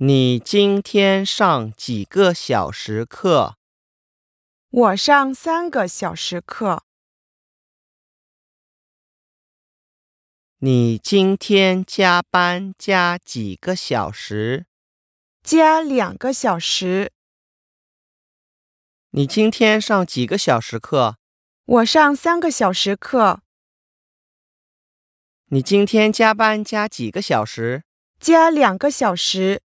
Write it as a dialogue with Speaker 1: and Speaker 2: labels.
Speaker 1: 你今天上几个小时课？
Speaker 2: 我上三个小时课。
Speaker 1: 你今天加班加几个小时？
Speaker 2: 加两个小时。
Speaker 1: 你今天上几个小时课？
Speaker 2: 我上三个小时课，
Speaker 1: 你今天加班加几个小时？
Speaker 2: 加两个小时。